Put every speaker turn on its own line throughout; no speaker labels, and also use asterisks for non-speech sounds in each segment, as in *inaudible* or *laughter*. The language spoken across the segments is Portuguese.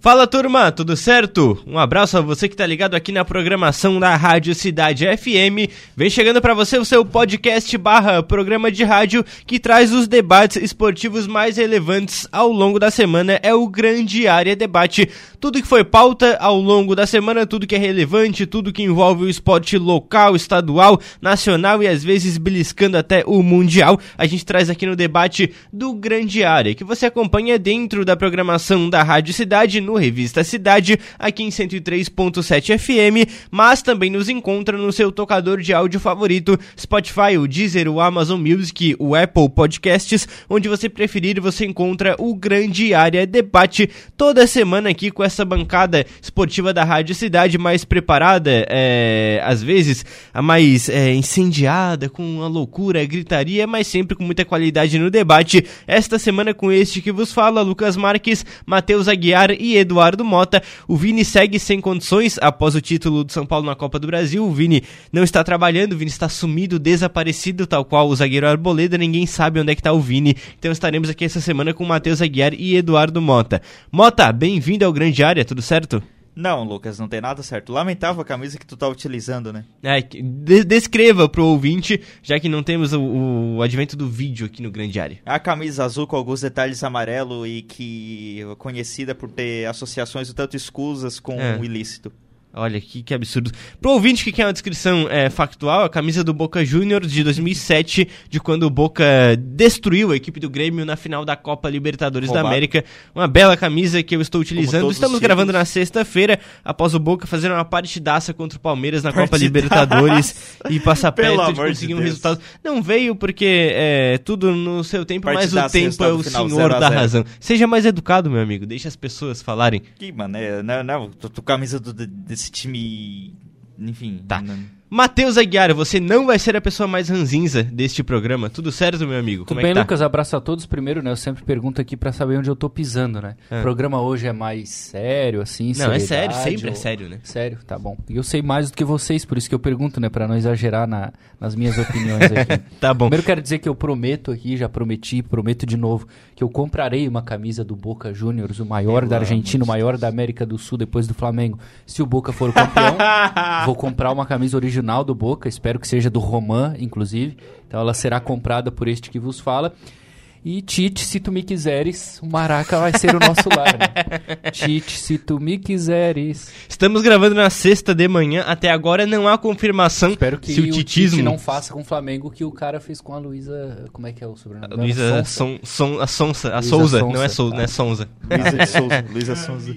Fala turma, tudo certo? Um abraço a você que tá ligado aqui na programação da Rádio Cidade FM. Vem chegando para você o seu podcast barra programa de rádio que traz os debates esportivos mais relevantes ao longo da semana. É o Grande Área Debate. Tudo que foi pauta ao longo da semana, tudo que é relevante, tudo que envolve o esporte local, estadual, nacional e às vezes beliscando até o mundial, a gente traz aqui no debate do Grande Área, que você acompanha dentro da programação da Rádio Cidade no Revista Cidade, aqui em 103.7 FM, mas também nos encontra no seu tocador de áudio favorito, Spotify, o Deezer, o Amazon Music, o Apple Podcasts, onde você preferir, você encontra o Grande Área Debate toda semana aqui com essa bancada esportiva da Rádio Cidade mais preparada, é, às vezes a mais é, incendiada, com a loucura, a gritaria, mas sempre com muita qualidade no debate. Esta semana com este que vos fala, Lucas Marques, Matheus Aguiar e Eduardo Mota. O Vini segue sem condições após o título do São Paulo na Copa do Brasil. O Vini não está trabalhando, o Vini está sumido, desaparecido, tal qual o zagueiro Arboleda. Ninguém sabe onde é que está o Vini. Então estaremos aqui essa semana com o Matheus Aguiar e Eduardo Mota. Mota, bem-vindo ao Grande Área, tudo certo?
Não, Lucas, não tem nada certo. Lamentável a camisa que tu tá utilizando, né?
É, de descreva pro ouvinte, já que não temos o, o, advento do vídeo aqui no Grande Área.
A camisa azul com alguns detalhes amarelo e que é conhecida por ter associações o tanto escusas com é. o ilícito.
Olha, que, que absurdo. Pro ouvinte que quer uma descrição é, factual, a camisa do Boca Juniors de 2007, de quando o Boca destruiu a equipe do Grêmio na final da Copa Libertadores Roubado. da América. Uma bela camisa que eu estou utilizando. Estamos gravando na sexta-feira, após o Boca fazer uma partidaça contra o Palmeiras na partidaça. Copa Libertadores e *laughs* passar perto de conseguir de um resultado. Não veio porque é tudo no seu tempo, partidaça, mas o tempo é o final, senhor da razão. Seja mais educado, meu amigo. Deixa as pessoas falarem.
Que mané, não, não, tô, tô camisa do, desse esse time. Enfim. né?
Tá. Matheus Aguiar, você não vai ser a pessoa mais ranzinza deste programa. Tudo certo, meu amigo?
Tudo Como bem, é tá? Lucas? Abraço a todos primeiro, né? Eu sempre pergunto aqui para saber onde eu tô pisando, né? Ah. O programa hoje é mais sério, assim?
Não, é sério, sempre ou... é sério, né?
Sério, tá bom. E eu sei mais do que vocês, por isso que eu pergunto, né? Para não exagerar na, nas minhas opiniões aqui.
*laughs* tá bom.
Primeiro quero dizer que eu prometo aqui, já prometi, prometo de novo, que eu comprarei uma camisa do Boca Juniors, o maior meu da Argentina, o maior da América do Sul, depois do Flamengo. Se o Boca for o *laughs* campeão, vou comprar uma camisa original original do Boca, espero que seja do Roman, inclusive. Então ela será comprada por este que vos fala. E Tite, se tu me quiseres, o Maraca vai ser o nosso lar. *laughs* Né? Tite, se tu me quiseres.
Estamos gravando na sexta de manhã, até agora não há confirmação
Espero que se o, titismo... Tite não faça com o Flamengo que o cara fez com a Luísa, como é que é o sobrenome?
Luísa Son, Son, a Sonsa, a Luiza Souza, Sonsa, não é Souza, tá. não é Sonza. *laughs*
Luísa Souza, Luísa Souza.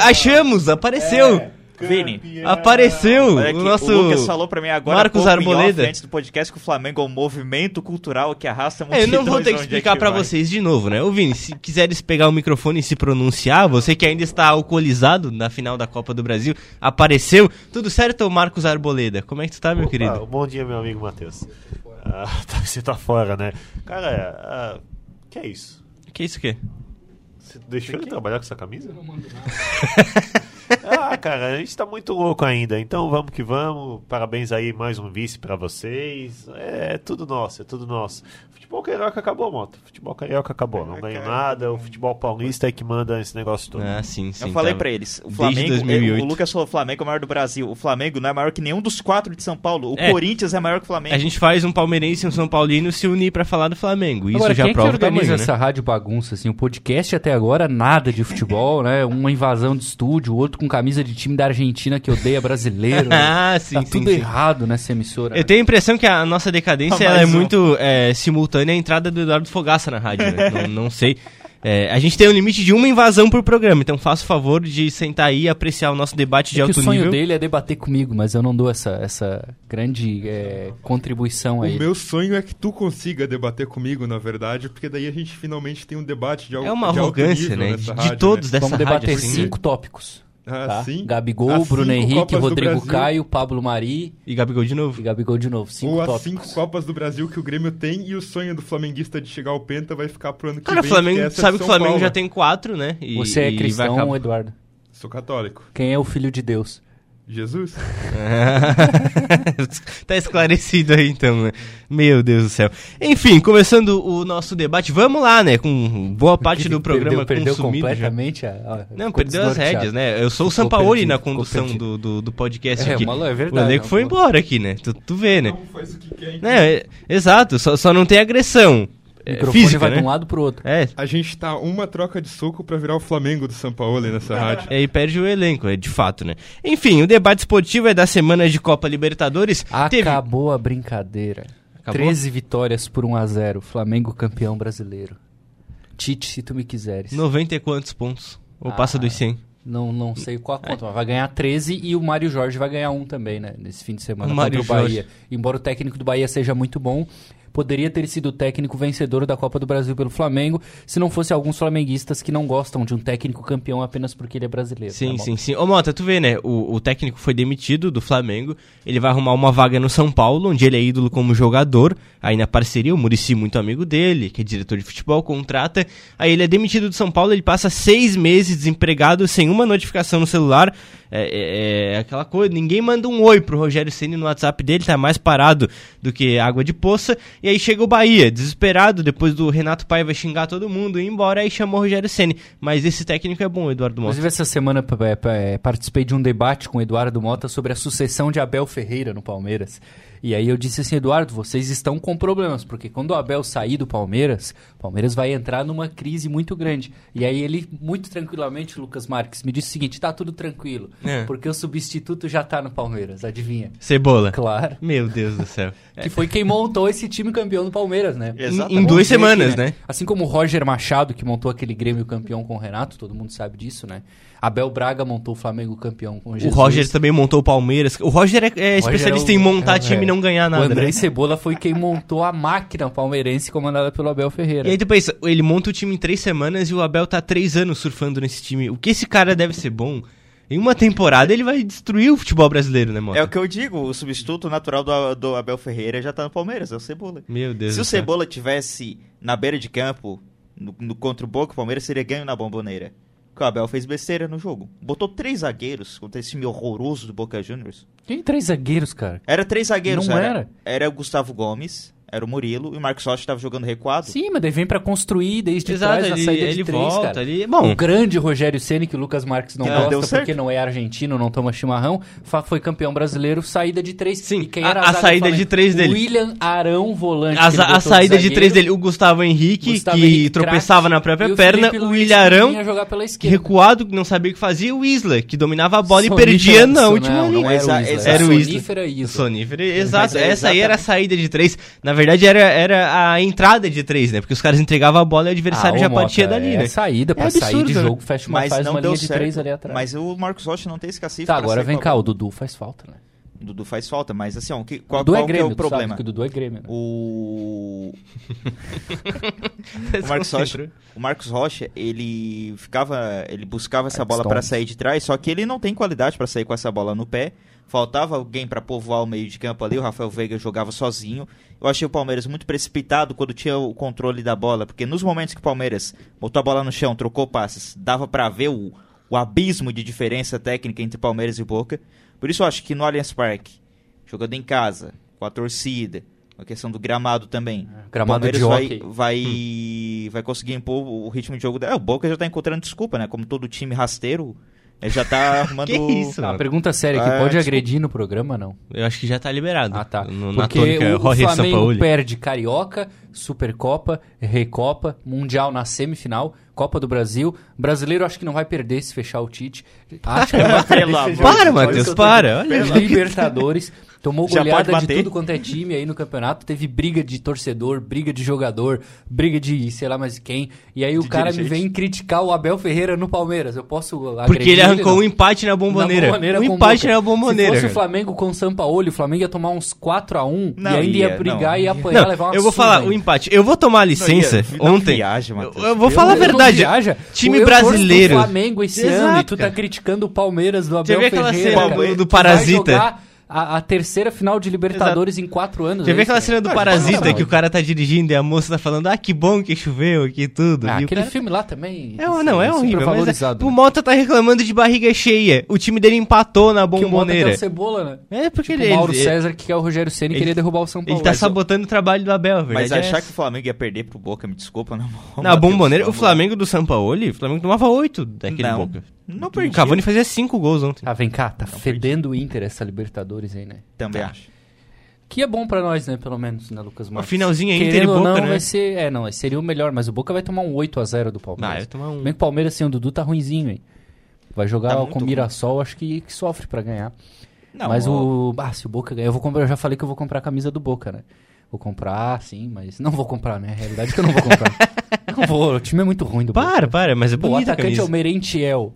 Achamos, apareceu. É.
Vini.
Apareceu Olha aqui, o nosso.
O Lucas falou pra mim agora
Marcos Arboleda.
Off, antes do podcast que o Flamengo é um movimento cultural que arrasta
muito. É, eu não vou ter que explicar é para vocês de novo, né? Ô Vini, se quiseres pegar o microfone e se pronunciar, você que ainda está alcoolizado na final da Copa do Brasil, apareceu. Tudo certo, Marcos Arboleda? Como é que tu tá, meu Opa, querido?
Bom dia, meu amigo Matheus. Ah, *laughs* você tá fora, né? Cara, ah, que é isso?
Que é isso o quê?
Você deixou ele trabalhar com essa camisa? Eu não mando nada. *laughs* ah, cara, a gente tá muito louco ainda. Então vamos que vamos. Parabéns aí, mais um vice para vocês. É, é, tudo nosso, é tudo nosso. Futebol carioca acabou, moto. Futebol carioca acabou. É, Não ganhou nada. O futebol paulista é que manda esse negócio todo.
Ah, sim, sim.
Eu falei tá... para eles. O Flamengo, o Lucas falou: o Flamengo é o maior do Brasil. O Flamengo não é maior que nenhum dos quatro de São Paulo. O é. Corinthians é maior que o Flamengo.
A gente faz um palmeirense e um São Paulino se unir para falar do Flamengo. Isso agora, já
quem
prova
é que organiza
tamanho,
essa
né?
rádio bagunça, assim. O podcast até agora, nada de futebol, né? Uma invasão de estúdio, outro com camisa de time da Argentina que odeia brasileiro. né?
*laughs* ah, sim,
tá
sim,
tudo
sim.
errado nessa emissora.
Eu né? tenho a impressão que a nossa decadência ah, é um. muito é, simultânea à entrada do Eduardo Fogaça na rádio. Né? não, não sei. É, a gente tem um limite de uma invasão por programa, então faça o favor de sentar aí e apreciar o nosso debate de é alto nível.
O sonho dele é debater comigo, mas eu não dou essa, essa grande é, contribuição
o
aí.
O meu sonho é que tu consiga debater comigo, na verdade, porque daí a gente finalmente tem um debate de alto
É uma arrogância, né? De, rádio, todos né? dessa
Vamos debater
rádio,
assim, cinco tópicos.
Ah, tá? sim.
Gabigol, as Bruno Henrique, Rodrigo Caio, Pablo Mari.
E Gabigol de novo.
E Gabigol de novo. Cinco Ou
as cinco Copas do Brasil que o Grêmio tem e o sonho do flamenguista de chegar ao Penta vai ficar pro ano que é
Cara,
vem.
Cara, o Flamengo que sabe que o Flamengo Paulo. já tem quatro, né?
E, Você é cristão, Eduardo?
Sou católico.
Quem é o filho de Deus?
*laughs*
Jesus?
tá esclarecido aí então, né? Meu Deus do céu. Enfim, começando o nosso debate, vamos lá, né? Com boa parte do programa
perdeu, perdeu
consumido já.
completamente a, a-
Não,
ficou
perdeu as
desnorteado.
rédeas, né? Eu sou o
Ficou
Sampaoli
perdido,
na
ficou
condução
perdido.
do, do, do podcast
É,
aqui.
Malu, é
o
verdade.
Nego
não,
foi
pô.
embora aqui, né? Tu, tu vê, né?
Não, faz o que quer. então.
né? é- Exato, só, só não tem agressão.
O
É,
microfone
física,
vai
né?
de um lado pro outro.
É,
A gente tá uma troca de soco pra virar o Flamengo do São Paulo nessa rádio.
aí perde o elenco, é de fato, né? Enfim, o debate esportivo é da semana de Copa Libertadores. Teve-
Acabou a brincadeira.
Acabou?
13 vitórias por 1 a 0 Flamengo campeão brasileiro. Tite, se tu me quiseres.
90 e quantos pontos? Ou passa
Ah.
dos 100?
Não, não sei qual a
É.
conta, mas vai ganhar 13 e o Mário Jorge vai ganhar um também, né? Nesse fim de semana
O Mário
contra o Bahia.
Jorge.
Embora o técnico do Bahia seja muito bom, poderia ter sido o técnico vencedor da Copa do Brasil pelo Flamengo, se não fosse alguns flamenguistas que não gostam de um técnico campeão apenas porque ele é brasileiro.
Sim,
né, Mauro?
sim, sim. Ô, Mota, tu vê, né? O, o técnico foi demitido do Flamengo. Ele vai arrumar uma vaga no São Paulo, onde ele é ídolo como jogador. Aí na parceria, o Murici, muito amigo dele, que é diretor de futebol, contrata. Aí ele é demitido do São Paulo, ele passa seis meses desempregado, sem uma notificação no celular. É, é- é aquela coisa, ninguém manda um oi pro Rogério Ceni no WhatsApp dele, tá mais parado do que água de poça. E aí chega o Bahia, desesperado, depois do Renato Paiva xingar todo mundo e ir embora, aí chamou o Rogério Ceni. Mas esse técnico é bom, Eduardo Mota.
Inclusive, essa semana p- p- eh, participei de um debate com o Eduardo Mota sobre a sucessão de Abel Ferreira no Palmeiras. E aí eu disse assim, Eduardo, vocês estão com problemas, porque quando o Abel sair do Palmeiras, o Palmeiras vai entrar numa crise muito grande. E aí ele, muito tranquilamente, Lucas Marques, me disse o seguinte, tá tudo tranquilo,
É.
porque o substituto já tá no Palmeiras, adivinha?
Cebola.
Claro.
Meu Deus do céu.
Que foi quem montou esse time campeão do Palmeiras, né?
Em, em duas
Vamos dizer que,
semanas, né?
Assim como o Roger Machado, que montou aquele Grêmio campeão com o Renato, todo mundo sabe disso, né? Abel Braga montou o Flamengo campeão com Jesus.
O Roger também montou o Palmeiras. O Roger é, é
O Roger
especialista
é
em
o-
montar
é,
time e
é.
não ganhar
O
nada.
André
né?
Cebola foi quem montou a máquina palmeirense comandada pelo Abel Ferreira.
E aí tu pensa, ele monta o time em três semanas e o Abel tá três anos surfando nesse time. O que esse cara deve ser bom? Em uma temporada ele vai destruir o futebol brasileiro, né, Mota?
É o que eu digo, o substituto natural do, do Abel Ferreira já tá no Palmeiras, é o Cebola.
Meu Deus
Se
do
o
céu.
Cebola tivesse na beira de campo, no, no contra o Boca, o Palmeiras seria ganho na bomboneira. Porque o Abel fez besteira no jogo. Botou três zagueiros contra esse time horroroso do Boca Juniors.
Tem três zagueiros, cara.
Era três zagueiros,
Não
era.
era?
Era o Gustavo Gomes, era o Murilo, e o Marcos Rocha tava jogando recuado.
Sim, mas daí vem pra construir desde
Exato,
trás a
ele-
saída
ele
de três,
volta,
cara.
ele- bom.
O grande Rogério Ceni que o Lucas Marques não
Ah, deu
gosta porque
certo.
não é argentino, não toma chimarrão, fa- foi campeão brasileiro, saída de três.
Sim,
E quem
a-
era
a
zaga do
saída
Flamengo?
de três dele.
William Arão, volante.
A,
que ele
a
botou um
tropeçada de três
zagueiro.
dele, o Gustavo Henrique,
Gustavo
que
Henrique,
tropeçava
craque,
na própria
e o
perna,
Felipe
o
Luiz,
Ilharão,
que vinha jogar pela esquerda.
recuado, que não sabia o que fazia, e o Isla, que dominava a bola e
Sonífero,
perdia na
não,
última
não,
linha.
era o
Exa-
Isla,
exa-
Era o Isla.
Sonífera e Isla.
Sonífero, exato.
Mas é
Essa aí era a
exatamente.
saída de três. Na verdade, era, era a entrada de três, né? Porque os caras entregavam a bola e o adversário
Ah,
já
ô, Mota,
partia dali,
é
né?
saída, pra
É
sair de
absurdo, né? *laughs*
jogo, fecha uma
Mas
faz
não
uma
deu
linha de
certo.
três ali atrás.
Mas o Marcos Rocha não tem esse cacife.
tá,
pra
agora
ser
vem
com a
cá,
bola.
o Dudu faz falta, né?
Dudu faz falta, mas assim, ó, o que,
O
qual,
Dudu
qual
é
que
Grêmio,
é o
tu
problema?
sabe que o Dudu é Grêmio, né?
O. O Marcos Rocha, o Marcos Rocha, ele ficava, ele buscava essa bola para
Stones.
sair de trás, só que ele não tem qualidade para sair com essa bola no pé. Faltava alguém para povoar o meio de campo ali, o Rafael Veiga jogava sozinho. Eu achei o Palmeiras muito precipitado quando tinha o controle da bola, porque nos momentos que o Palmeiras botou a bola no chão, trocou passes, dava para ver o, o abismo de diferença técnica entre Palmeiras e Boca. Por isso eu acho que no Allianz Parque, jogando em casa, com a torcida, com a questão do gramado também,
Gramado de
Palmeiras vai,
hockey.
vai,
Hum.
vai conseguir impor o ritmo de jogo dela. O Boca já tá encontrando desculpa, né? Como todo time rasteiro, né? já tá
*laughs*
arrumando.
Que isso,
Ah,
mano?
pergunta séria aqui,
Ah,
pode
desculpa.
agredir no programa, não?
Eu acho que já tá liberado.
Ah, tá.
No, na
Porque
tônica,
o
Roger
Flamengo
Sampaoli. *laughs*
perde Carioca, Supercopa, Recopa, Mundial na semifinal, Copa do Brasil. Brasileiro acho que não vai perder se fechar o Tite. Acho que
*laughs*
não vai perder.
Pelo
se
amor
fechar o
Para,
Tite. Olha
Matheus,
o que eu tô
para. Olha
dizendo. Libertadores. Tomou
Já pode
goleada de
bater?
tudo quanto é time aí no campeonato. Teve briga de torcedor, briga de jogador, briga de sei lá mais quem. E aí o
De
cara me
dirigente.
vem criticar o Abel Ferreira no Palmeiras. Eu posso
*laughs* Porque
agredir
ele arrancou
não?
um empate na
Na
bomboneira.
Bombonera
Um
com
empate
Boca.
na bomboneira.
Se fosse o
cara.
Flamengo com o Sampaoli, o Flamengo ia tomar uns 4x1 e
Não,
ainda ia,
ia,
brigar
não.
e ia apanhar,
Não,
levar uma
eu vou
surra
falar,
ainda.
o empate. Eu vou tomar licença.
Não, não
Ontem.
viaja, Matheus.
eu, eu vou
Eu-
falar a
Eu não
verdade.
viaja.
Time
Eu torço pro
brasileiro.
Flamengo esse
Exato,
ano e tu tá
cara.
criticando o Palmeiras do
Você
Abel
viu aquela
Ferreira,
cena
cara,
do- do
que vai
Parasita?
jogar a, a terceira final de Libertadores em quatro anos.
Já
é
viu
isso,
aquela
né?
cena do
Ah,
Parasita
não.
que o cara tá dirigindo e a moça tá falando, ah, que bom que choveu, que tudo.
Ah,
e o
aquele
cara-
filme lá também.
É, não, é horrível. Mas é,
valorizado. né?
o Mota tá reclamando de barriga cheia. O time dele empatou na
que o Mota quer
bomboneira.
o Cebola, né?
É, porque
Tipo,
ele,
o Mauro
ele,
César, que é o Rogério Ceni,
ele-
queria derrubar o São
ele
Paulo.
tá
Mas-
sabotando o trabalho do Abel, velho.
Mas achar que o Flamengo ia perder pro Boca, me desculpa, não.
Na
Matheus,
bomboneira, o
vamos lá.
Flamengo do Sampaoli, o Flamengo tomava oito daquele
Não,
boca.
não
O
perdi.
Cavani fazia cinco gols ontem.
Ah, vem cá, tá fedendo o Inter essa Libertadores aí, né?
Também acho.
Que é bom pra nós, né? Pelo menos, né, Lucas Marques?
finalzinha é Inter e
Querendo ou
Boca,
não,
né?
vai ser... É, não, seria o melhor, mas o Boca vai tomar um 8x0 do
Ah,
Palmeiras.
eu tomar um.
Bem que o Palmeiras sem o Dudu tá ruinzinho, hein? Vai jogar
Tá muito
com o Mirassol, acho que, que sofre pra ganhar.
Não,
mas
ó,
o... Ah, se o Boca ganhar... Eu, vou comprar, eu já falei que eu vou comprar a camisa do Boca, né? Vou comprar, sim, mas... Não vou comprar, né? A realidade é que eu não
*laughs*
vou comprar. não vou, o time é muito ruim do Boca.
Para, para, mas é
Pô, o
bonita a
atacante é o
camisa.
Merentiel.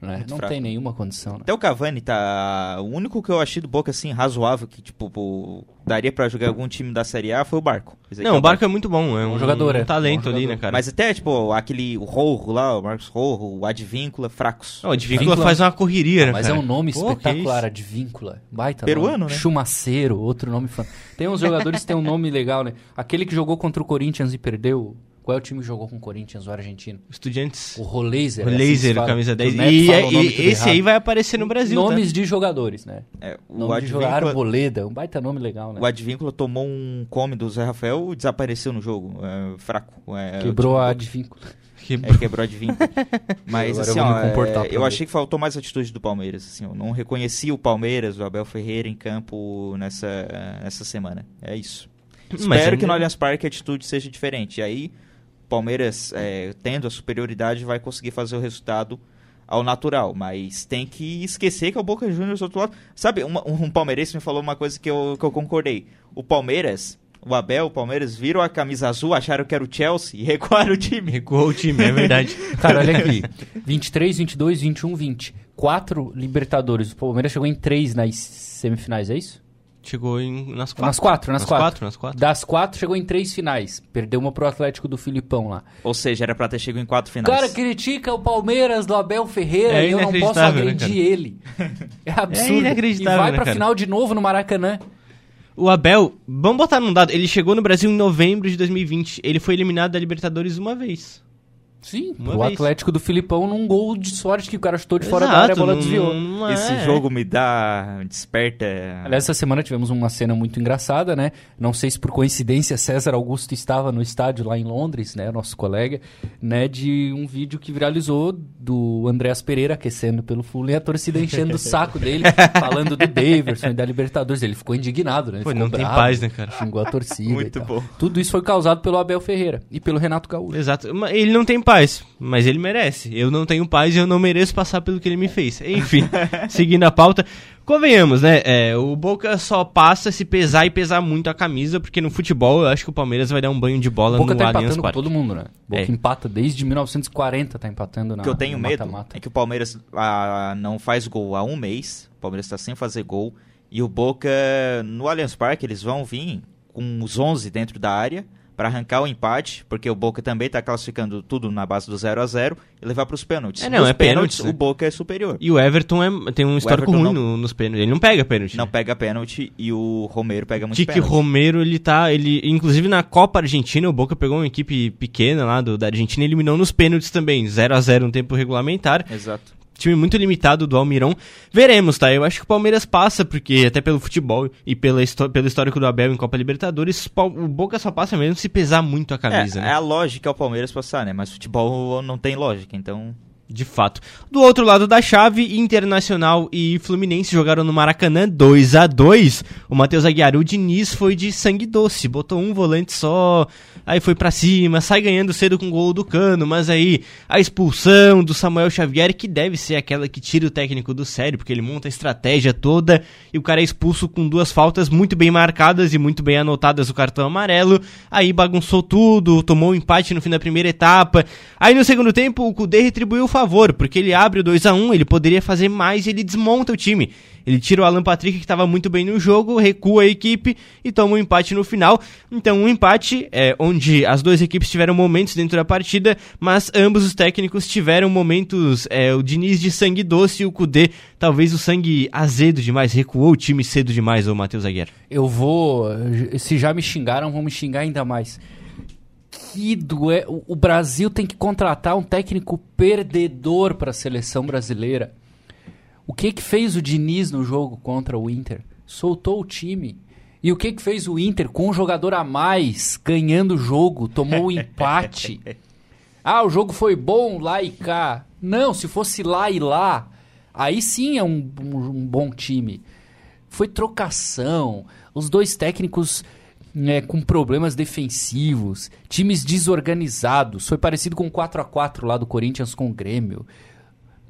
né? Não
fraco.
tem nenhuma condição, né?
Até o Cavani tá. O único que eu achei do Boca assim razoável que tipo pô, daria pra jogar algum time da Série A foi o Barco. Esse aqui é
Não, o Barco é muito bom, é um,
jogador, é.
um talento
Bom
ali,
jogador.
né, cara?
Mas até tipo aquele o Rorro lá, o Marcos Rorro, o Advíncula, fracos.
Não, o Advíncula
Advíncula-
faz uma correria, né,
Mas
cara? *laughs*
é um nome
Pô, que
espetacular,
isso.
Advíncula. Baita
Peruano,
nome.
né?
Chumaceiro, outro nome fã. Tem uns jogadores que tem um nome legal, né? Aquele que jogou contra o Corinthians e perdeu. Qual é o time que jogou com o Corinthians, o argentino?
Estudiantes.
O Rolaser.
O
é assim que se
laser,
fala.
camisa
O
10.
Neto
E, é-
fala o
e-
nome tudo
esse aí
errado.
vai aparecer no Brasil, tá?
Nomes de jogadores, né?
É, o
nome de jogador.
Advíncula,
Arboleda, um baita nome legal, né?
o Advíncula tomou um come do Zé Rafael e desapareceu no jogo. É, fraco. É,
Quebrou
o
a
time do Boca.
Advíncula.
É, quebrou a
*laughs*
Advíncula. Mas
Agora eu
assim,
vou me
ó, é,
comportar pra
eu
ver.
achei que faltou mais atitude do Palmeiras. Assim, eu não reconheci o Palmeiras, o Abel Ferreira em campo nessa, nessa semana. É isso.
Mas é
Espero
ainda-
que no Allianz Parque a atitude seja diferente. E aí, o Palmeiras, é, tendo a superioridade, vai conseguir fazer o resultado ao natural. Mas tem que esquecer que é o Boca Juniors do outro lado. Sabe, uma- um palmeirense me falou uma coisa que eu, que eu concordei. O Palmeiras, o Abel, o Palmeiras viram a camisa azul, acharam que era o Chelsea e *laughs* recuaram o time.
Recuou *laughs* o time, é
*laughs*
verdade.
Cara, olha aqui. 23, 22, 21, 20. um, Quatro Libertadores. O Palmeiras chegou em três nas semifinais, é isso?
Chegou em- nas quatro.
Nas quatro, nas,
Nas
quatro.
quatro, nas quatro.
Das quatro, chegou em três finais. Perdeu uma pro Atlético do Filipão lá.
Ou seja, era pra ter chegado em quatro
O
finais.
cara critica o Palmeiras do Abel Ferreira
É
e eu não posso
inacreditável, né,
agredir
cara? *laughs*
ele. É absurdo.
inacreditável,
e vai
né,
pra
cara?
final de novo no Maracanã.
O Abel, vamos botar num dado, ele chegou no Brasil em novembro de 2020. Ele foi eliminado da Libertadores uma vez.
Sim,
Uma
o
vez.
Atlético do Filipão num gol de sorte que o cara chutou de fora da área, a bola
não-
desviou.
não
Esse
é.
jogo me dá. desperta.
Aliás, essa semana tivemos uma cena muito engraçada, né? Não sei se por coincidência César Augusto estava no estádio lá em Londres, né? Nosso colega, né? De um vídeo que viralizou do Andréas Pereira aquecendo pelo Fulham e a torcida enchendo o
*laughs*
saco dele, falando do Daverson e da Libertadores. Ele ficou indignado, né? Ele
Pô,
ficou
não tem
bravo,
paz, né, cara?
Xingou a torcida.
Muito
e tal.
bom.
Tudo isso foi causado pelo Abel Ferreira e pelo Renato Gaúcho.
Exato. Ma- Ele não tem paz, mas ele merece. Eu não tenho paz e eu não mereço passar pelo que ele me fez.
*laughs*
Enfim, seguindo a pauta. Convenhamos, né? É, o Boca só passa se pesar e pesar muito a camisa, porque no futebol eu acho que o Palmeiras vai dar um banho de bola
Boca
no
tá
Allianz
empatando com
Parque.
todo mundo, né? Boca
É.
empata desde 1940, tá empatando na
O que eu tenho
no
medo
mata-mata.
é que o Palmeiras ah, não faz gol há um mês. O Palmeiras está sem fazer gol. E o Boca, no Allianz Parque, eles vão vir com os 11 dentro da área para arrancar o empate, porque o Boca também está classificando tudo na base do 0 a 0 e levar para os pênaltis.
É, não,
Nos
é pênaltis, né?
o Boca é superior.
E o Everton é- tem um histórico
Everton
ruim
não-
no- nos pênaltis. Ele não pega pênalti.
Não
né?
pega pênalti e o Romero pega muito
Tique
pênalti.
Romero, ele tá. Ele, inclusive na Copa Argentina, o Boca pegou uma equipe pequena lá do, da Argentina e eliminou nos pênaltis também. 0 a 0 no tempo regulamentar.
Exato.
Time muito limitado do Almirão. Veremos, tá? Eu acho que o Palmeiras passa, porque até pelo futebol e pela histó- pelo histórico do Abel em Copa Libertadores, o Pal- o Boca só passa mesmo se pesar muito a camisa,
é,
né?
é a lógica é o Palmeiras passar, né? Mas futebol não tem lógica, então
De fato. Do outro lado da chave, Internacional e Fluminense jogaram no Maracanã 2 a 2 O Matheus Aguiar, o Diniz foi de sangue doce, botou um volante só, aí foi pra cima, sai ganhando cedo com o gol do Cano, mas aí a expulsão do Samuel Xavier, que deve ser aquela que tira o técnico do sério, porque ele monta a estratégia toda e o cara é expulso com duas faltas muito bem marcadas e muito bem anotadas o cartão amarelo. Aí bagunçou tudo, tomou um empate no fim da primeira etapa. Aí no segundo tempo, o Kudê retribuiu favor, porque ele abre o 2 a 1 ele poderia fazer mais e ele desmonta o time. Ele tira o Alan Patrick, que estava muito bem no jogo, recua a equipe e toma um empate no final. Então, um empate é, onde as duas equipes tiveram momentos dentro da partida, mas ambos os técnicos tiveram momentos. é, o Diniz de sangue doce e o Kudê, talvez o sangue azedo demais, recuou o time cedo demais, o Matheus Aguiar.
Eu vou. Se já me xingaram, vão me xingar ainda mais. Que doé. o- O Brasil tem que contratar um técnico perdedor para a seleção brasileira. O que que fez o Diniz no jogo contra o Inter? Soltou o time. E o que que fez o Inter com um jogador a mais, ganhando o jogo, tomou o empate? Ah, o jogo foi bom lá e cá. Não, se fosse lá e lá, aí sim é um, um- um bom time. Foi trocação, os dois técnicos né, com problemas defensivos, times desorganizados. Foi parecido com o 4 a 4 lá do Corinthians com o Grêmio.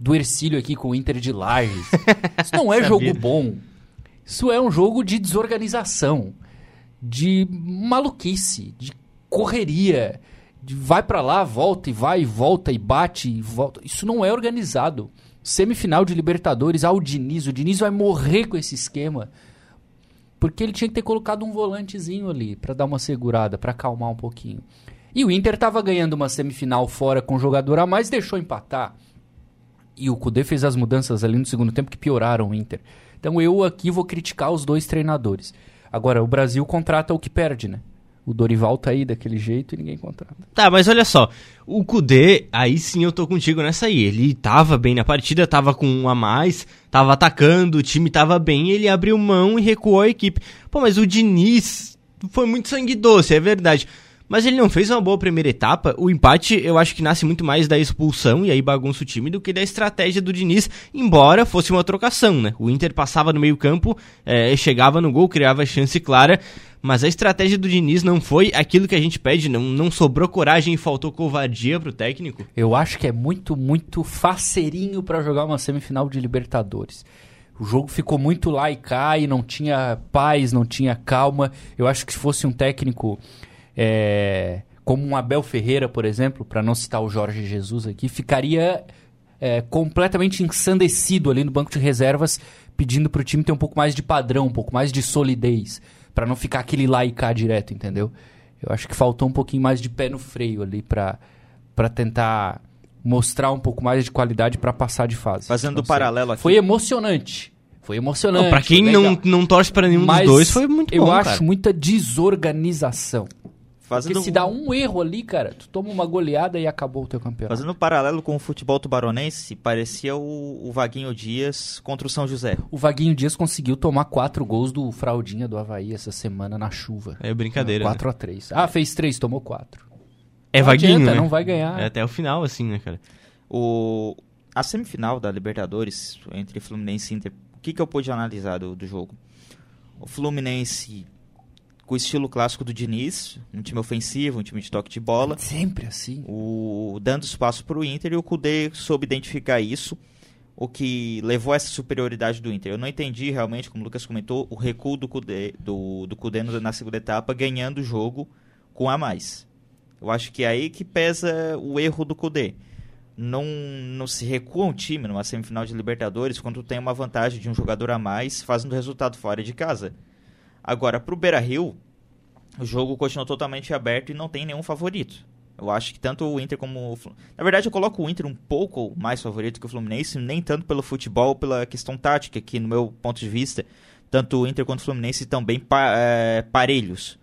Do Ercílio aqui com o Inter de Lages. Isso não é jogo bom. Isso é um jogo de desorganização, de maluquice, de correria, de vai pra lá, volta e vai, e volta e bate e volta. Isso não é organizado. Semifinal de Libertadores, ao Diniz, o Diniz vai morrer com esse esquema. Porque ele tinha que ter colocado um volantezinho ali pra dar uma segurada, pra acalmar um pouquinho. E o Inter tava ganhando uma semifinal fora com um jogador a mais, deixou empatar. E o Kudê fez as mudanças ali no segundo tempo que pioraram o Inter. Então eu aqui vou criticar os dois treinadores. Agora, o Brasil contrata o que perde, né? O Dorival tá aí daquele jeito e ninguém contrata.
Tá, mas olha só, o Kudê, aí sim eu tô contigo nessa aí. Ele tava bem na partida, tava com um a mais, tava atacando, o time tava bem, ele abriu mão e recuou a equipe. Pô, mas o Diniz foi muito sangue doce, é verdade. Mas ele não fez uma boa primeira etapa. O empate eu acho que nasce muito mais da expulsão e aí bagunça o time do que da estratégia do Diniz, embora fosse uma trocação, né? O Inter passava no meio-campo, eh, chegava no gol, criava chance clara, mas a estratégia do Diniz não foi aquilo que a gente pede, não, não sobrou coragem e faltou covardia pro técnico.
Eu acho que é muito, muito faceirinho pra jogar uma semifinal de Libertadores. O jogo ficou muito lá e cá e não tinha paz, não tinha calma. Eu acho que se fosse um técnico é, como um Abel Ferreira, por exemplo, pra não citar o Jorge Jesus aqui, ficaria é, completamente ensandecido ali no banco de reservas, pedindo pro time ter um pouco mais de padrão, um pouco mais de solidez, pra não ficar aquele lá e cá direto, entendeu? Eu acho que faltou um pouquinho mais de pé no freio ali pra para tentar mostrar um pouco mais de qualidade pra passar de fase.
Fazendo
Não
o
sei.
paralelo aqui.
Foi emocionante. Foi emocionante.
Não, pra quem
legal.
não, não torce pra nenhum
Mas
dos dois, foi muito
eu
bom,
acho
cara.
muita desorganização.
Fazendo
Porque se dá um erro ali, cara, tu toma uma goleada e acabou o teu campeonato.
Fazendo um paralelo com o futebol tubaronense, parecia o, o Vaguinho Dias contra o São José.
O Vaguinho Dias conseguiu tomar quatro gols do Fraldinha do Havaí essa semana na chuva.
É brincadeira. né?
4 a 3 Ah, fez três, tomou quatro.
É
Não
vaguinho,
adianta,
né?
não vai ganhar.
É até o final, assim, né, cara? *laughs*
O, a semifinal da Libertadores entre Fluminense e Inter, o que, que eu pude analisar do, do jogo? O Fluminense com o estilo clássico do Diniz, um time ofensivo, um time de toque de bola,
Sempre assim.
o, dando espaço para o Inter e o Kudê soube identificar isso, o que levou a essa superioridade do Inter. Eu não entendi realmente, como o Lucas comentou, o recuo do Kudê, do, do Kudê no- na segunda etapa, ganhando o jogo com a mais. Eu acho que é aí que pesa o erro do Kudê. Não, não se recua um time numa semifinal de Libertadores quando tem uma vantagem de um jogador a mais fazendo resultado fora de casa. Agora, para o Beira-Rio, o jogo continua totalmente aberto e não tem nenhum favorito. Eu acho que tanto o Inter como o Flu- Na verdade, eu coloco o Inter um pouco mais favorito que o Fluminense, nem tanto pelo futebol, pela questão tática, que no meu ponto de vista, tanto o Inter quanto o Fluminense estão bem pa- eh, parelhos.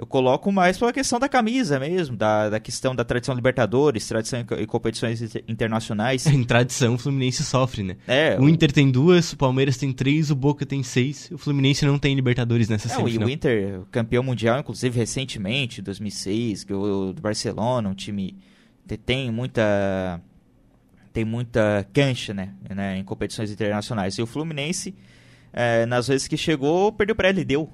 Eu coloco mais pela questão da camisa mesmo, da, da questão da tradição Libertadores, tradição em co- em competições inter- internacionais.
Em tradição, o Fluminense sofre, né?
É,
É, O Inter tem duas, o Palmeiras tem três, o Boca tem seis. O Fluminense não tem Libertadores nessa
Não, e
semifinal.
É, o Inter, campeão mundial, inclusive recentemente, 2006, que o do Barcelona, um time que tem muita tem muita cancha, né, né, em competições internacionais. E o Fluminense, eh, nas vezes que chegou, perdeu para ele deu.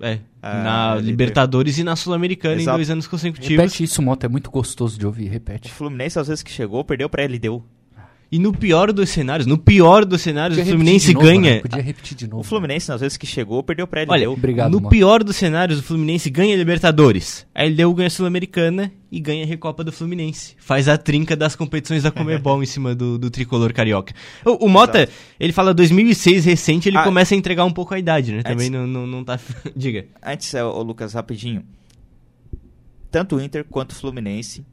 É,
Ah,
na
ele-
Libertadores e na Sul-Americana em
Exato.
dois anos consecutivos.
Repete isso, Mota, é muito gostoso de ouvir,
O
repete.
Fluminense, às vezes que chegou, perdeu para ele deu.
E no pior dos cenários, no pior dos cenários, o
Podia repetir
Fluminense
de novo,
ganha.
né? Podia repetir de novo.
O Fluminense, nas vezes que chegou, perdeu pra ele.
Olha,
Obrigado,
no
mano.
pior dos cenários, o Fluminense ganha a Libertadores. A LDU ganha a Sul-Americana e ganha a Recopa do Fluminense. Faz a trinca das competições da Comebol *laughs* em cima do, do tricolor carioca. O, o Mota, ele fala 2006 recente, ele
Ah. É
começa a entregar um pouco a idade, né? Também
Antes-
não, não, não tá. *laughs* Diga.
Antes, eh, ô, Lucas, rapidinho. Tanto o Inter quanto o Fluminense,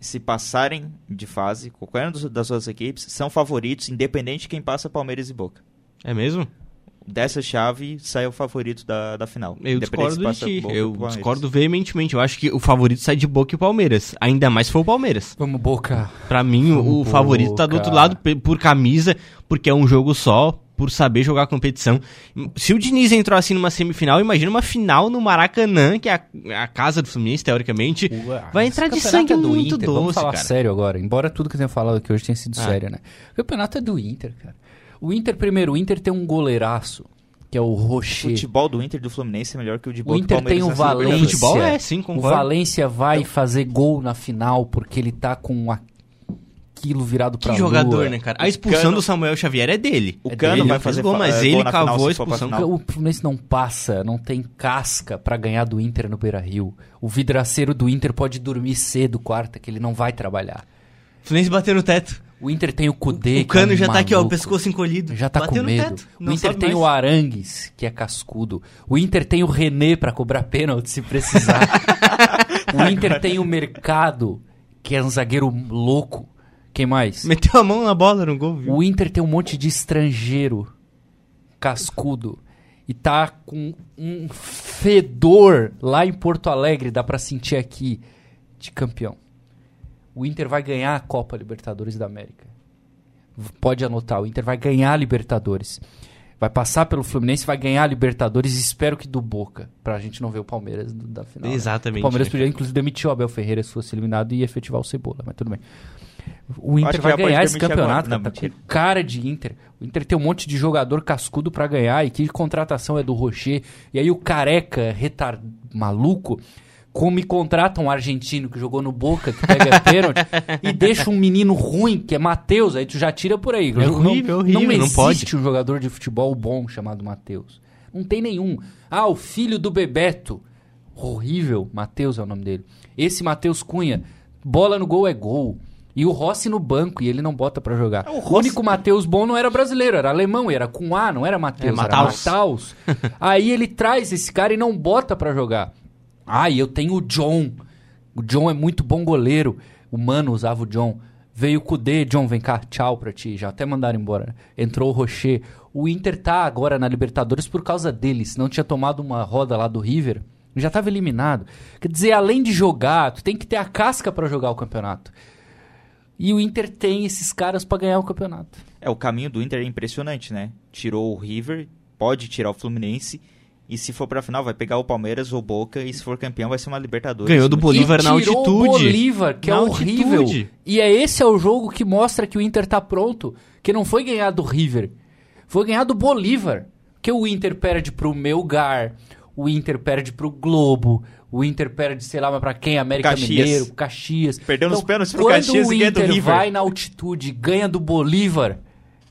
se passarem de fase, qualquer uma dos- das duas equipes, são favoritos, independente de quem passa Palmeiras e Boca.
É mesmo?
Dessa chave, sai o favorito da, da final.
Eu
independente
discordo
se
de
passa
ti.
Boca ou
Eu
Palmeiras.
discordo veementemente. Eu acho que o favorito sai de Boca e Palmeiras. Ainda mais se for o Palmeiras.
né? Vamos, Boca.
Pra mim, o
Pô,
favorito tá do outro
cara.
lado pe- por camisa, porque é um jogo só, por saber jogar a competição. Se o Diniz entrou assim numa semifinal, imagina uma final no Maracanã, que é a, a casa do Fluminense, teoricamente. Vai entrar
Esse
de
campeonato
sangue
é do
muito
Inter, Vamos
doce,
falar
cara.
sério agora. Embora tudo que eu tenha falado aqui hoje tenha sido sério, né? O campeonato é do Inter, cara. O Inter, primeiro, o Inter tem um goleiraço, que é o
O
Rocher.
futebol do Inter e do Fluminense é melhor que o de
O
Boca e
Inter tem
um
Palmeiras assim,
o
nessa
Valência.
Libertadores.
Futebol é, sim,
O
concordo.
Valência vai fazer gol na final porque ele tá com aquilo virado pra
Que
lua.
jogador, né, cara? A expulsão
é. Cano-
do Samuel Xavier é dele.
O
É
Cano
dele,
vai
não fez
fazer
gol,
fa-
mas
eh,
ele
gol na final,
cavou a
se for pra
expulsão.
final.
O Fluminense não passa, não tem casca pra ganhar do Inter no Beira-Rio. O vidraceiro do Inter pode dormir cedo quarta que ele não vai trabalhar.
O Fluminense bateu no teto.
O Inter tem o Cudê,
O Cano
que é um
já tá aqui, ó, o
maluco.
pescoço encolhido.
Já tá
bateu
com
no
medo.
teto.
o
não
Inter
sobe
tem
mais.
o Arangues, que é cascudo. O Inter tem o René pra cobrar pênalti
*laughs*
se precisar. o Inter tem o Mercado, que é um zagueiro louco. Quem
*laughs*
mais?
Meteu a mão na bola no gol, viu?
O Inter tem um monte de estrangeiro cascudo e tá com um fedor lá em Porto Alegre, dá pra sentir aqui, de campeão. O Inter vai ganhar a Copa Libertadores da América. V- Pode anotar, o Inter vai ganhar a Libertadores. Vai passar pelo Fluminense, vai ganhar a Libertadores e espero que do Boca, pra gente não ver o Palmeiras do- da final. né?
Exatamente,
O Palmeiras
né?
podia inclusive demitir o Abel Ferreira se fosse eliminado e efetivar o Cebola, mas tudo bem. O
Acho
Inter
que
vai
já pode
ganhar esse
demitir
campeonato,
agora. Não,
cara, tá
mentira.
com cara de Inter. O Inter tem um monte de jogador cascudo pra ganhar e que contratação é do Rocher. E aí o careca retard... maluco como me contrata um argentino que jogou no Boca, que
*laughs*
pega pênalti, e deixa um menino ruim, que é Matheus, aí tu já tira por aí.
É horrível,
não,
horrível,
não
não
existe
pode.
um jogador de futebol bom chamado Matheus. Não tem nenhum. Ah, o filho do Bebeto. Horrível, Matheus é o nome dele. Esse Matheus Cunha, bola no gol é gol. E o Rossi no banco, e ele não bota pra jogar. O, único Matheus bom não era brasileiro, era alemão, e era com A, não era Matheus,
É,
era
Matheus.
Matheus. Aí ele traz esse cara e não bota pra jogar. Ah, e eu tenho o John. O John é muito bom goleiro. O Mano usava o John. Veio o Kudê, John, vem cá, tchau pra ti. Já até mandaram embora. Entrou o Rocher. O Inter tá agora na Libertadores por causa dele. Se não tinha tomado uma roda lá do River, já tava eliminado. Quer dizer, além de jogar, tu tem que ter a casca pra jogar o campeonato. E o Inter tem esses caras pra ganhar o campeonato.
É, o caminho do Inter é impressionante, né? Tirou o River, pode tirar o Fluminense. E se for pra final, vai pegar o Palmeiras ou Boca. E se for campeão, vai ser uma Libertadores.
Ganhou do
Muito
Bolívar
e
na
tirou
altitude.
O Bolívar, que é
Na
horrível.
altitude.
E é esse é o jogo que mostra que o Inter tá pronto, que não foi ganhar do River, foi ganhar do Bolívar. Porque o Inter perde pro Melgar, o Inter perde pro Globo, o Inter perde, sei lá, mas pra quem? América
Caxias.
Mineiro, Caxias. Então,
Perdeu nos pênaltis pro
quando
Caxias
o
e ganha do
Inter
River.
vai na altitude, ganha do Bolívar,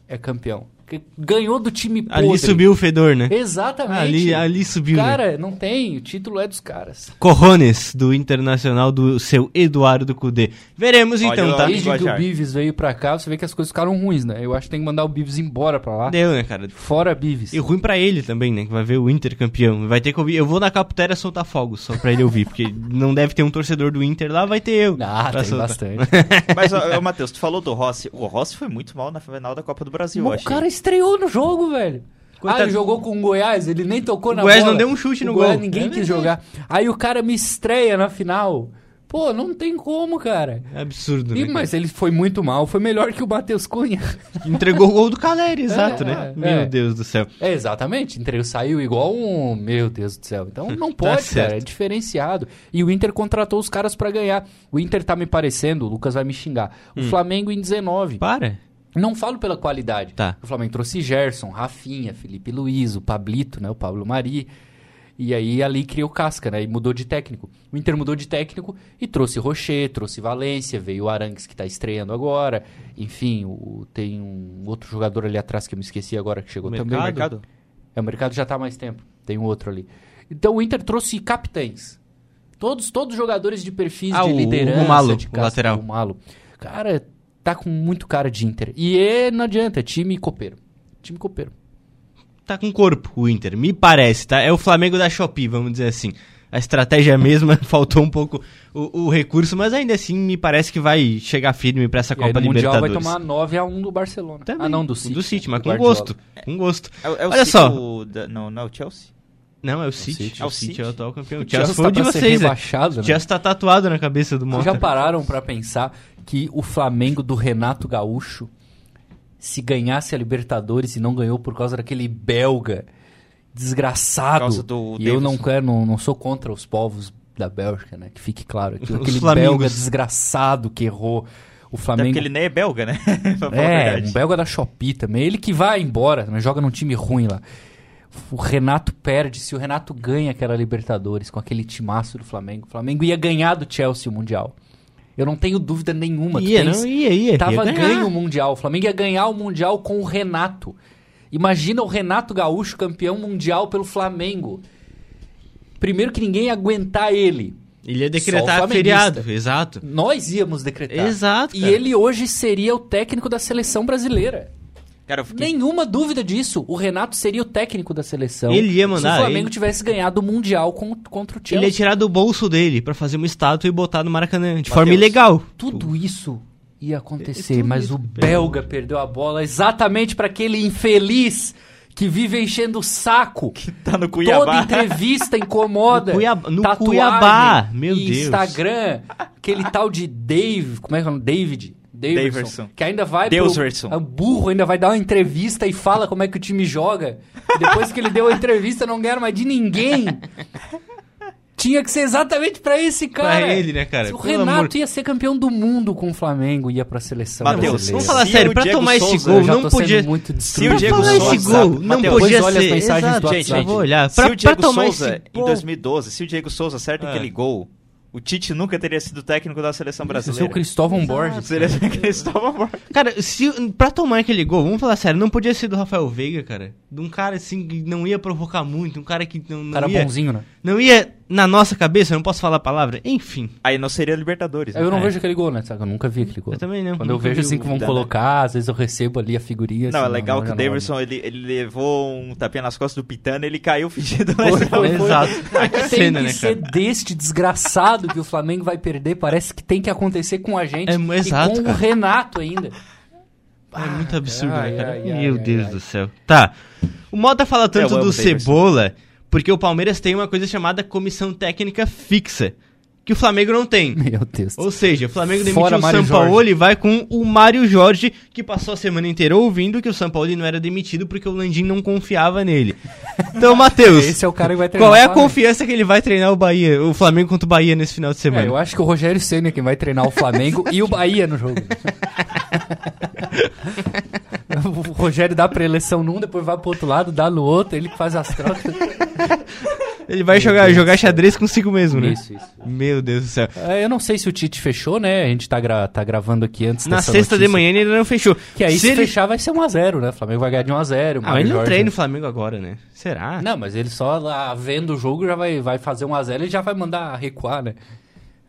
é campeão. Porque Ganhou do time podre.
Ali subiu o fedor, né?
Exatamente.
Ali, ali subiu, né?
Cara, não tem. O título é dos caras.
Corrones, do Internacional, do seu Eduardo Cudê. Veremos
Olha
então,
lá.
tá?
Desde que o
linguajar.
Bives veio pra cá, você vê que as coisas ficaram ruins, né? Eu acho que tem que mandar o Bives embora pra lá.
Deu, né, cara?
Fora Bives.
E ruim pra ele também, né? Que vai ver o Inter campeão. Vai ter que ouvir. Eu vou na Caputéria soltar fogos, só pra ele ouvir. Porque *laughs* não deve ter um torcedor do Inter lá, vai ter eu.
Ah,
pra
tem
soltar.
bastante.
*laughs*
Mas, ó, ó, Matheus, tu falou do Rossi. O Rossi foi muito mal na final da Copa do Brasil, eu
o
achei.
cara estreou no jogo, velho. Ah,
Coitado.
ele jogou com o Goiás, ele nem tocou na
Goiás
bola.
não deu um chute
O
no
Goiás
gol.
Ninguém
É
quis
verdade.
jogar. Aí o cara me estreia na final. Pô, não tem como, cara.
É absurdo, né?
E,
cara?
mas ele foi muito mal, foi melhor que o Matheus Cunha.
Entregou o gol do Caleri, exato,
*laughs* É,
né?
é.
Meu Deus do céu.
É, exatamente. Entregou, saiu igual um. Meu Deus do céu. Então
*laughs*
não pode,
Tá certo.
cara. É diferenciado. E o Inter contratou os caras pra ganhar. O Inter tá me parecendo, o Lucas vai me xingar. O
Hum.
Flamengo em 19.
Para.
Não falo pela qualidade.
Tá.
O Flamengo trouxe Gerson, Rafinha, Felipe Luiz, o Pablito, né? O Pablo Mari. E aí ali criou casca, né? E mudou de técnico. O Inter mudou de técnico e trouxe Rocher, trouxe Valência, veio o Arangues que tá estreando agora. Enfim, o- tem um outro jogador ali atrás que eu me esqueci agora que chegou também.
mercado?
É, o mercado já tá há mais tempo. Tem um outro ali. Então o Inter trouxe capitães. Todos, todos jogadores de perfis
Ah,
de
o- o
liderança,
Romalo,
de
o
casca,
lateral.
Romalo. Cara, tá com muito cara de Inter. E é, não adianta, é time copeiro. Time copeiro.
Tá com corpo o Inter, me parece, tá? É o Flamengo da Shopee, vamos dizer assim. A estratégia é a mesma, *laughs* faltou um pouco o, o recurso, mas ainda assim me parece que vai chegar firme pra essa
E aí
Copa
no Mundial vai
Libertadores.
tomar 9x1 do Barcelona.
Também,
Ah, não, do City.
Do City, mas
Do
com
Guardiola.
gosto. Com gosto.
É, o- é o
Olha
City
só.
o da- não, não, é o Chelsea?
Não, é o City.
City.
É o City, é o atual campeão. O Chelsea
Chelsea
foi o
tá
de
pra ser
vocês, né?
rebaixado,
O
né?
Chelsea tá tatuado na cabeça do
Vocês
Mota.
já pararam pra pensar que o Flamengo do Renato Gaúcho, se ganhasse a Libertadores e não ganhou por causa daquele belga desgraçado.
Por causa do
e eu
Davidson.
não quero, não, não sou contra os povos da Bélgica, né? Que fique claro aqui.
Os
Aquele
flamingos.
belga desgraçado que errou. O
Até
Flamengo
porque ele nem é belga, né? *laughs* pra falar a
É,
verdade.
um belga da Shopee também. Ele que vai embora, mas joga num time ruim lá. O Renato perde. Se o Renato ganha aquela Libertadores com aquele timaço do Flamengo, o Flamengo ia ganhar do Chelsea o Mundial. Eu não tenho dúvida nenhuma. Tu
Ia,
tens-
não, ia, ia.
Tava
ia ganhar.
ganho o Mundial. O Flamengo ia ganhar o Mundial com o Renato. Imagina o Renato Gaúcho campeão mundial pelo Flamengo. Primeiro que ninguém ia aguentar ele.
Ele ia
Só
decretar
o flamenguista.
feriado, exato.
Nós íamos decretar.
Exato,
E
cara.
ele hoje seria o técnico da seleção brasileira.
Cara, eu *laughs* fiquei...
Nenhuma dúvida disso. O Renato seria o técnico da seleção.
Ele ia mandar,
Se o Flamengo
ele-
tivesse ganhado o Mundial con- contra o
Ele
Chelsea.
ia tirar do bolso dele pra fazer uma estátua e botar no Maracanã, de forma
Mateus.
ilegal.
Tudo isso ia acontecer,
É, tudo
mas
isso.
o belga perdeu a bola exatamente para aquele infeliz que vive enchendo o saco.
Tá no
Toda
Cuiabá.
entrevista incomoda.
No Cuiabá- no
Tatuagem
Cuiabá, meu
e
Deus.
Instagram, aquele tal de Dave, como é que é o nome? David. Davidson,
Daverson.
Que ainda vai
Deuserson.
pro... é um burro, ainda vai dar uma entrevista e fala como é que o time joga. Depois que ele deu a entrevista, não ganharam mais de ninguém. Tinha que ser exatamente pra esse cara.
ele, né, cara?
O
Pelo
Renato
amor.
ia ser campeão do mundo com o Flamengo, ia pra seleção
Mateus,
brasileira.
Vamos falar
Se
sério,
o
pra
Diego
tomar esse
Souza-
gol
Eu já
não
tô sendo
podia.
muito
Se
Pra
o
destruído.
Diego
tomar esse
Souza-
gol,
Mateus,
não
depois
podia
olha
ser.
as mensagens do
Exato,
WhatsApp.
eu vou olhar.
se
Pra,
o Diego
pra tomar
Souza,
esse
em
gol.
2012, se o Diego Souza acerta
Ah.
aquele gol, o Tite nunca teria sido técnico da seleção
Eu sou É. o
brasileira.
Cristóvão Borges.
Seria *laughs* Cristóvão Borges.
Cara, se, pra tomar aquele gol, vamos falar sério, não podia ser do Rafael Veiga, cara. De um cara assim que não ia provocar muito, um cara que não, não
Cara
ia.
bonzinho, né?
Não ia na nossa cabeça, eu não posso falar a palavra. Enfim,
Aí não seria Libertadores. né?
Eu não
É.
vejo aquele gol, né? Sabe? Eu nunca vi aquele gol.
Eu também não.
Quando eu
Nunca
vejo
vi né?
assim
o
que vão
da-
colocar, às vezes eu recebo ali a figurinha.
Não,
assim,
é legal que
já
o
não olho.
*laughs*
Davidson ele, ele levou um tapinha nas costas do Pitana ele caiu *laughs* fingindo
Foi,
lateral.
foi, foi. *laughs*
exato. Ah, que
Tem
cena,
que
né,
ser
cara?
deste desgraçado que o Flamengo vai perder. Parece que tem que acontecer com a gente
É,
e
exato,
com
cara.
o Renato ainda.
É muito absurdo,
ai,
né, cara?
ai, ai,
Meu
ai,
Deus
ai.
do céu. Tá. O Mota fala tanto
Eu amo
do
o Davidson.
Cebola, porque o Palmeiras tem uma coisa chamada comissão técnica fixa, que o Flamengo não tem.
*laughs* Meu Deus.
Ou seja, o Flamengo demitiu
Fora
o
Mário
Sampaoli e vai com o Mário Jorge, que passou a semana inteira ouvindo que o Sampaoli não era demitido porque o Landim não confiava
*laughs*
nele. Então, Matheus,
Esse é o cara que vai treinar.
qual é
o
a
Flamengo.
confiança que ele vai treinar o Bahia, o Flamengo contra o Bahia nesse final de
É, eu
semana?
acho que o Rogério Senna é quem vai treinar o Flamengo e o Bahia no jogo. *laughs* o Rogério dá pra eleição num, depois vai pro outro lado, dá no outro, ele que faz as trocas.
ele vai jogar, jogar xadrez consigo mesmo, né?
é Isso, isso.
Meu Deus do céu.
É, eu não sei se o Tite fechou, né? A gente tá, gra- tá gravando aqui antes
Na
dessa
sexta de
notícia.
manhã ele ainda não fechou.
Que aí se,
Se ele...
fechar vai ser 1x0, né? O Flamengo vai ganhar de 1x0.
Ah, mas ele não treina o Flamengo agora, né? Será?
Não, mas ele só lá vendo o jogo já vai, vai fazer 1x0 e já vai mandar recuar, né?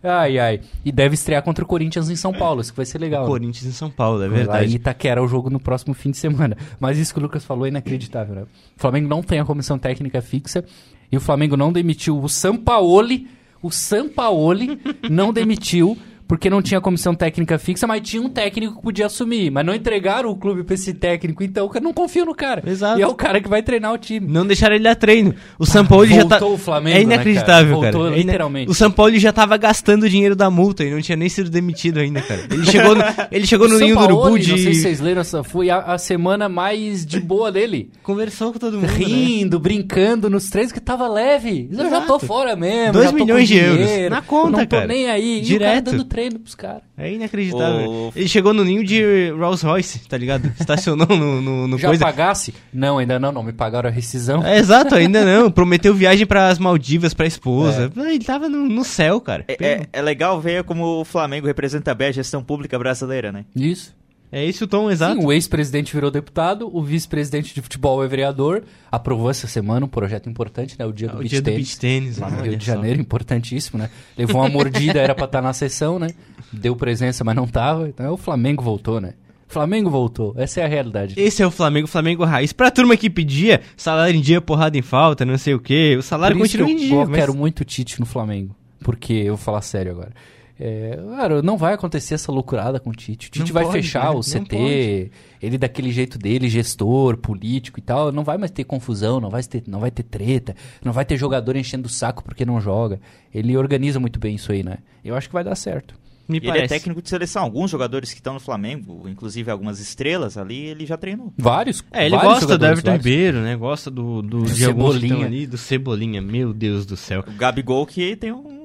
Ai, ai. E deve estrear contra o Corinthians em São Paulo, isso que vai ser legal. né?
Corinthians em São Paulo, é
Lá em
verdade.
Itaquera o jogo no próximo fim de semana. Mas isso que o Lucas falou é inacreditável, né? O Flamengo não tem a comissão técnica fixa e o Flamengo não demitiu o Sampaoli. O
*laughs*
Sampaoli não demitiu porque não tinha comissão técnica fixa, mas tinha um técnico que podia assumir. Mas não entregaram o clube pra esse técnico, então eu não confio no cara.
Exato.
E é o cara que vai treinar o time.
Não deixaram ele dar treino. O Sampaoli já tá.
Voltou o Flamengo,
É
né,
inacreditável,
cara?
cara.
Voltou,
É ina-
literalmente.
O Sampaoli já tava gastando o dinheiro da multa e não tinha nem sido demitido ainda, cara. Ele chegou no,
*laughs*
ele chegou no
O
ninho do
Sampaoli,
Urubu
Não
de.
sei se vocês leram, essa foi a- a semana mais de boa dele.
Conversou com todo mundo. né?
rindo, brincando nos treinos que tava leve. Eu já tô
Exato.
fora mesmo.
Dois
já tô com
milhões de euros.
dinheiro,
Na conta,
Não tô
cara.
nem aí. E o cara
Direto.
dando treino pros caras.
É inacreditável.
Ô, f-
Ele chegou no ninho de Rolls Royce, tá ligado? Estacionou no, no, no
Já
coisa.
pagasse? Não, ainda não, não. Me pagaram a rescisão.
É, exato, ainda não. Prometeu viagem para as Maldivas pra esposa.
É.
Ah, Ele tava no, no céu, cara.
É, é- é legal ver como o Flamengo representa bem a gestão pública brasileira, né?
Isso.
É esse o tom exato.
Sim, o ex-presidente virou deputado, o vice-presidente de futebol é vereador. Aprovou essa semana um projeto importante, né? O dia do
Ah, É o
beach
dia do
tênis.
beach tênis.
Lá
né?
no Rio
Olha
de
só.
Janeiro, importantíssimo, né? Levou uma mordida, era pra estar na sessão, né? Deu presença, mas não tava. Então o Flamengo voltou, né? Flamengo voltou. Essa é a realidade.
Esse é o Flamengo, Flamengo raiz. Pra turma que pedia salário em dia, porrada em falta, não sei o quê. O salário
Por isso
continua em
que eu
dia.
go-
mas-
quero muito o um- Tite no Flamengo. Porque, eu vou falar sério agora. É, cara, não vai acontecer essa loucurada com o Tite. O Tite
Não
vai
pode,
fechar
né?
o
Não
CT,
pode.
ele daquele jeito dele, gestor, político e tal. Não vai mais ter confusão, não vai ter, não vai ter treta, não vai ter jogador enchendo o saco porque não joga. Ele organiza muito bem isso aí, né? Eu acho que vai dar certo.
Me
E ele é
parece.
técnico de seleção. Alguns jogadores que estão no Flamengo, inclusive algumas estrelas ali, ele já treinou.
Vários.
É, ele
vários
gosta do
jogadores,
Everton
vários.
Ribeiro, né? Gosta do, do, de alguns que
Cebolinha.
estão ali, do Cebolinha. Meu Deus do céu.
O Gabigol que tem um...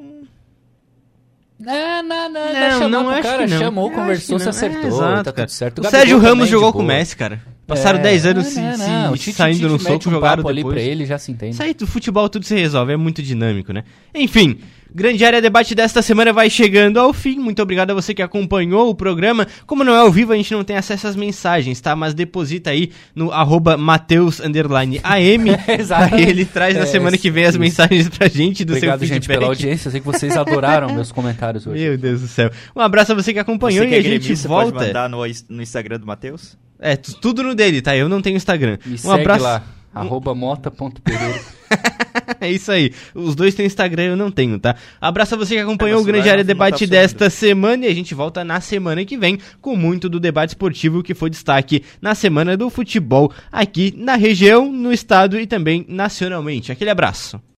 Não, não,
Não,
não. Não,
não,
não
acho
cara,
que não.
chamou,
Eu
conversou,
acho
se
que não. É,
acertou,
exato,
tá
cara.
tudo certo.
O
Gabigol
Sérgio
também,
Ramos
de
jogou com
boa.
o Messi, cara. Passaram
É.
10 anos
Não,
se,
não,
se-
não. O
se
Tite-
saindo
Tite
no
mete
soco,
um
jogaram
papo ali
depois.
pra ele, já se entende.
Sair do futebol tudo se resolve, é muito dinâmico, né? Enfim, grande área debate desta semana vai chegando ao fim. Muito obrigado a você que acompanhou o programa. Como não é ao vivo, a gente não tem acesso às mensagens, tá? Mas deposita aí no arroba Mateus underline AM.
*laughs* Exato.
Aí ele traz na
É,
semana que vem as
isso.
mensagens pra gente do
Obrigado,
seu feedback.
gente, pela audiência. Eu sei que
*laughs*
vocês adoraram meus comentários hoje.
Meu Deus do céu. Um abraço a você que acompanhou
Você que
e
é
a gente
gremista,
volta.
pode mandar no, no Instagram do Matheus?
É, tu- tudo no dele, tá? Eu não tenho Instagram.
Me
um
segue
abraço.
lá, arroba mota.pereira.
*laughs* É isso aí. Os dois têm Instagram, eu não tenho, tá? Abraço a você que acompanhou
É,
o
mas
Grande
vai,
Área
não tá
Debate
funcionando.
desta semana e a gente volta na semana que vem com muito do debate esportivo que foi destaque na semana do futebol aqui na região, no estado e também nacionalmente. Aquele abraço.